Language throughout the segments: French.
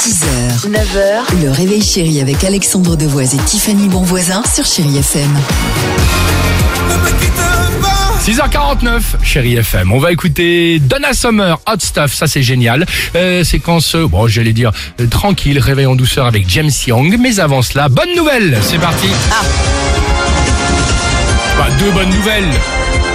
6h, 9h, le réveil chéri avec Alexandre Devoise et Tiffany Bonvoisin sur Chéri FM. 6h49, chérie FM. On va écouter Donna Summer, Hot Stuff, ça c'est génial. Euh, séquence, euh, bon, j'allais dire euh, tranquille, réveil en douceur avec James Young. Mais avant cela, bonne nouvelle, c'est parti. Ah. Bah, deux bonnes nouvelles.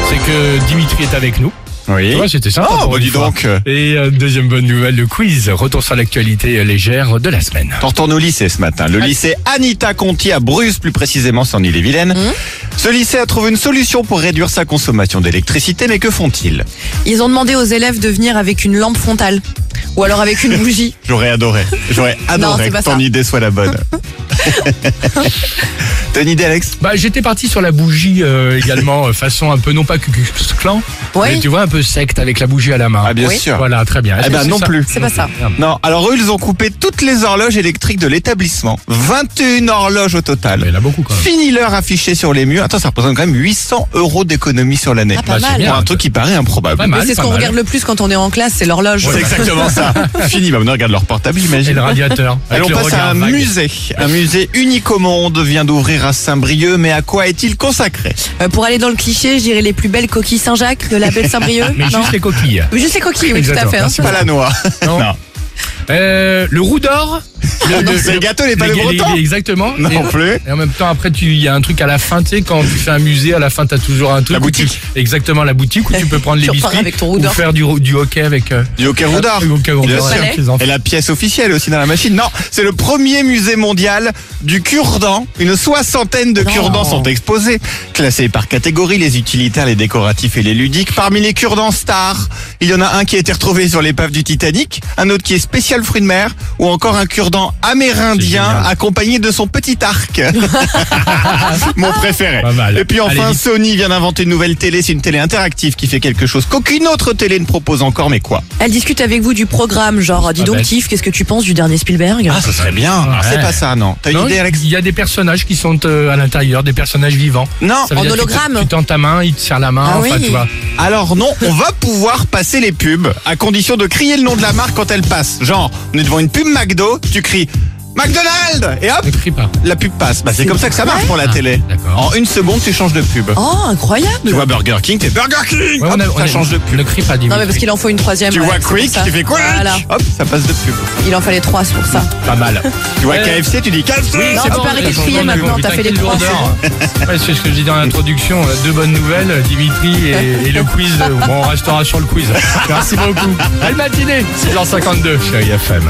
C'est que Dimitri est avec nous. Oui. Ouais, c'était sympa. Oh, pour bah une dis fois. donc. Et euh, deuxième bonne nouvelle, le quiz. Retour sur l'actualité euh, légère de la semaine. On retourne au lycée ce matin. Le lycée Anita Conti à Bruges, plus précisément, c'est en Ille-et-Vilaine. Mmh. Ce lycée a trouvé une solution pour réduire sa consommation d'électricité, mais que font-ils Ils ont demandé aux élèves de venir avec une lampe frontale ou alors avec une bougie. J'aurais adoré. J'aurais adoré c'est que pas ton ça. idée soit la bonne. T'as une idée, Alex Bah, j'étais parti sur la bougie euh, également, euh, façon un peu non pas Ku Klux Klan, Ouais. mais tu vois un peu secte avec la bougie à la main. Ah, bien Oui. sûr. Voilà, très bien. Est-ce Eh que ben, c'est non ça plus. C'est pas ça. Non, alors eux, ils ont coupé toutes les horloges électriques de l'établissement. 21 horloges au Mais total. il y en a beaucoup quand même. Fini l'heure affichée sur les murs. Attends, ça représente quand même 800 euros d'économie sur l'année. Ah, pas Bah, c'est mal. bien. Pour un truc qui paraît improbable. Pas mal, Mais c'est ce pas qu'on mal. regarde le plus quand on est en classe, c'est l'horloge. C'est exactement ça. Fini, bah, maintenant, regarde leur portable, Et j'imagine. le radiateur. Allez, avec on le passe à regard un vague. musée. Un musée unique au monde vient d'ouvrir à Saint-Brieuc, mais à quoi est-il consacré Euh, pour aller dans le cliché, je dirais les plus belles coquilles Saint-Jacques de la belle Saint-Brieuc. Mais Ah non juste les coquilles. Mais juste les coquilles, oui, tout à Exactement. fait. hein. Merci Pas la noix. Non. Non. Ah Euh, le roux d'or. Le- le- C'est le gâteau, les les- pas le les- breton les- Exactement. Et- Non plus. Et en même temps, après, tu- il y a un truc à la fin, tu sais, quand tu fais un musée, à la fin, t'as toujours un truc. La où tu- boutique. exactement, la boutique où tu peux prendre les Tu repars biscuits. avec ton roux ou d'or. faire du, ro- du hockey avec. euh, Du hockey roudard. du hockey roux Bien d'or sûr. avec les enfants. Et la pièce officielle aussi dans la machine. Non, c'est le premier musée mondial du cure-dent. Une soixantaine de cure-dents sont exposés. Classés par catégorie, les utilitaires, les décoratifs et les ludiques. Parmi les cure-dents stars, il y en a un qui a été retrouvé sur l'épave du Titanic, un autre qui est spécial fruit de mer, ou encore un cure-dent amérindien génial. accompagné de son petit arc. Mon préféré. Pas mal. Et puis Allez, enfin, vite. Sony vient d'inventer une nouvelle télé. C'est une télé interactive qui fait quelque chose qu'aucune autre télé ne propose encore, mais quoi? Elle discute avec vous du programme, genre, dis Pas donc, bête. Tiff, qu'est-ce que tu penses du dernier Spielberg Ah, ça serait bien. Ouais. C'est pas ça, non. T'as une Non, idée, Alex il y a des personnages qui sont euh, à l'intérieur, des personnages vivants. Non. Ça veut en dire que hologramme. Tu tends ta main, il te serre la main, Ah enfin, oui. tu vois. Alors non, on va pouvoir passer les pubs à condition de crier le nom de la marque quand elle passe. Genre, on est devant une pub McDo, tu cries McDonald's et hop, Ne crie pas. la pub passe. Bah, c'est comme ça que ça marche pour la télé. Ah, D'accord. En une seconde, tu changes de pub. Oh, incroyable Tu vois Burger King, t'es Burger King. Ouais, Ah, Hop, on a- on ça a- change de pub. Ne crie pas, Non, Dimitri. mais parce qu'il en faut une troisième. Tu ouais, vois c'est pour Quick, ça. tu fais Quick. Voilà. Hop, ça passe de pub. Il en fallait trois c'est pour ça. Pas mal. Tu vois Euh, KFC, tu dis KFC. Oui, Non, c'est tu bon, peux arrêter de c'est crier bon, maintenant, c'est t'as bon, fait les t'inquiète, trois, c'est lourdeur. Ouais, c'est ce que je dis dans l'introduction. euh, Deux bonnes nouvelles, Dimitri et, et le quiz. euh, Bon, on restera sur le quiz. Merci beaucoup. Belle matinée, 6h52. Chérie FM.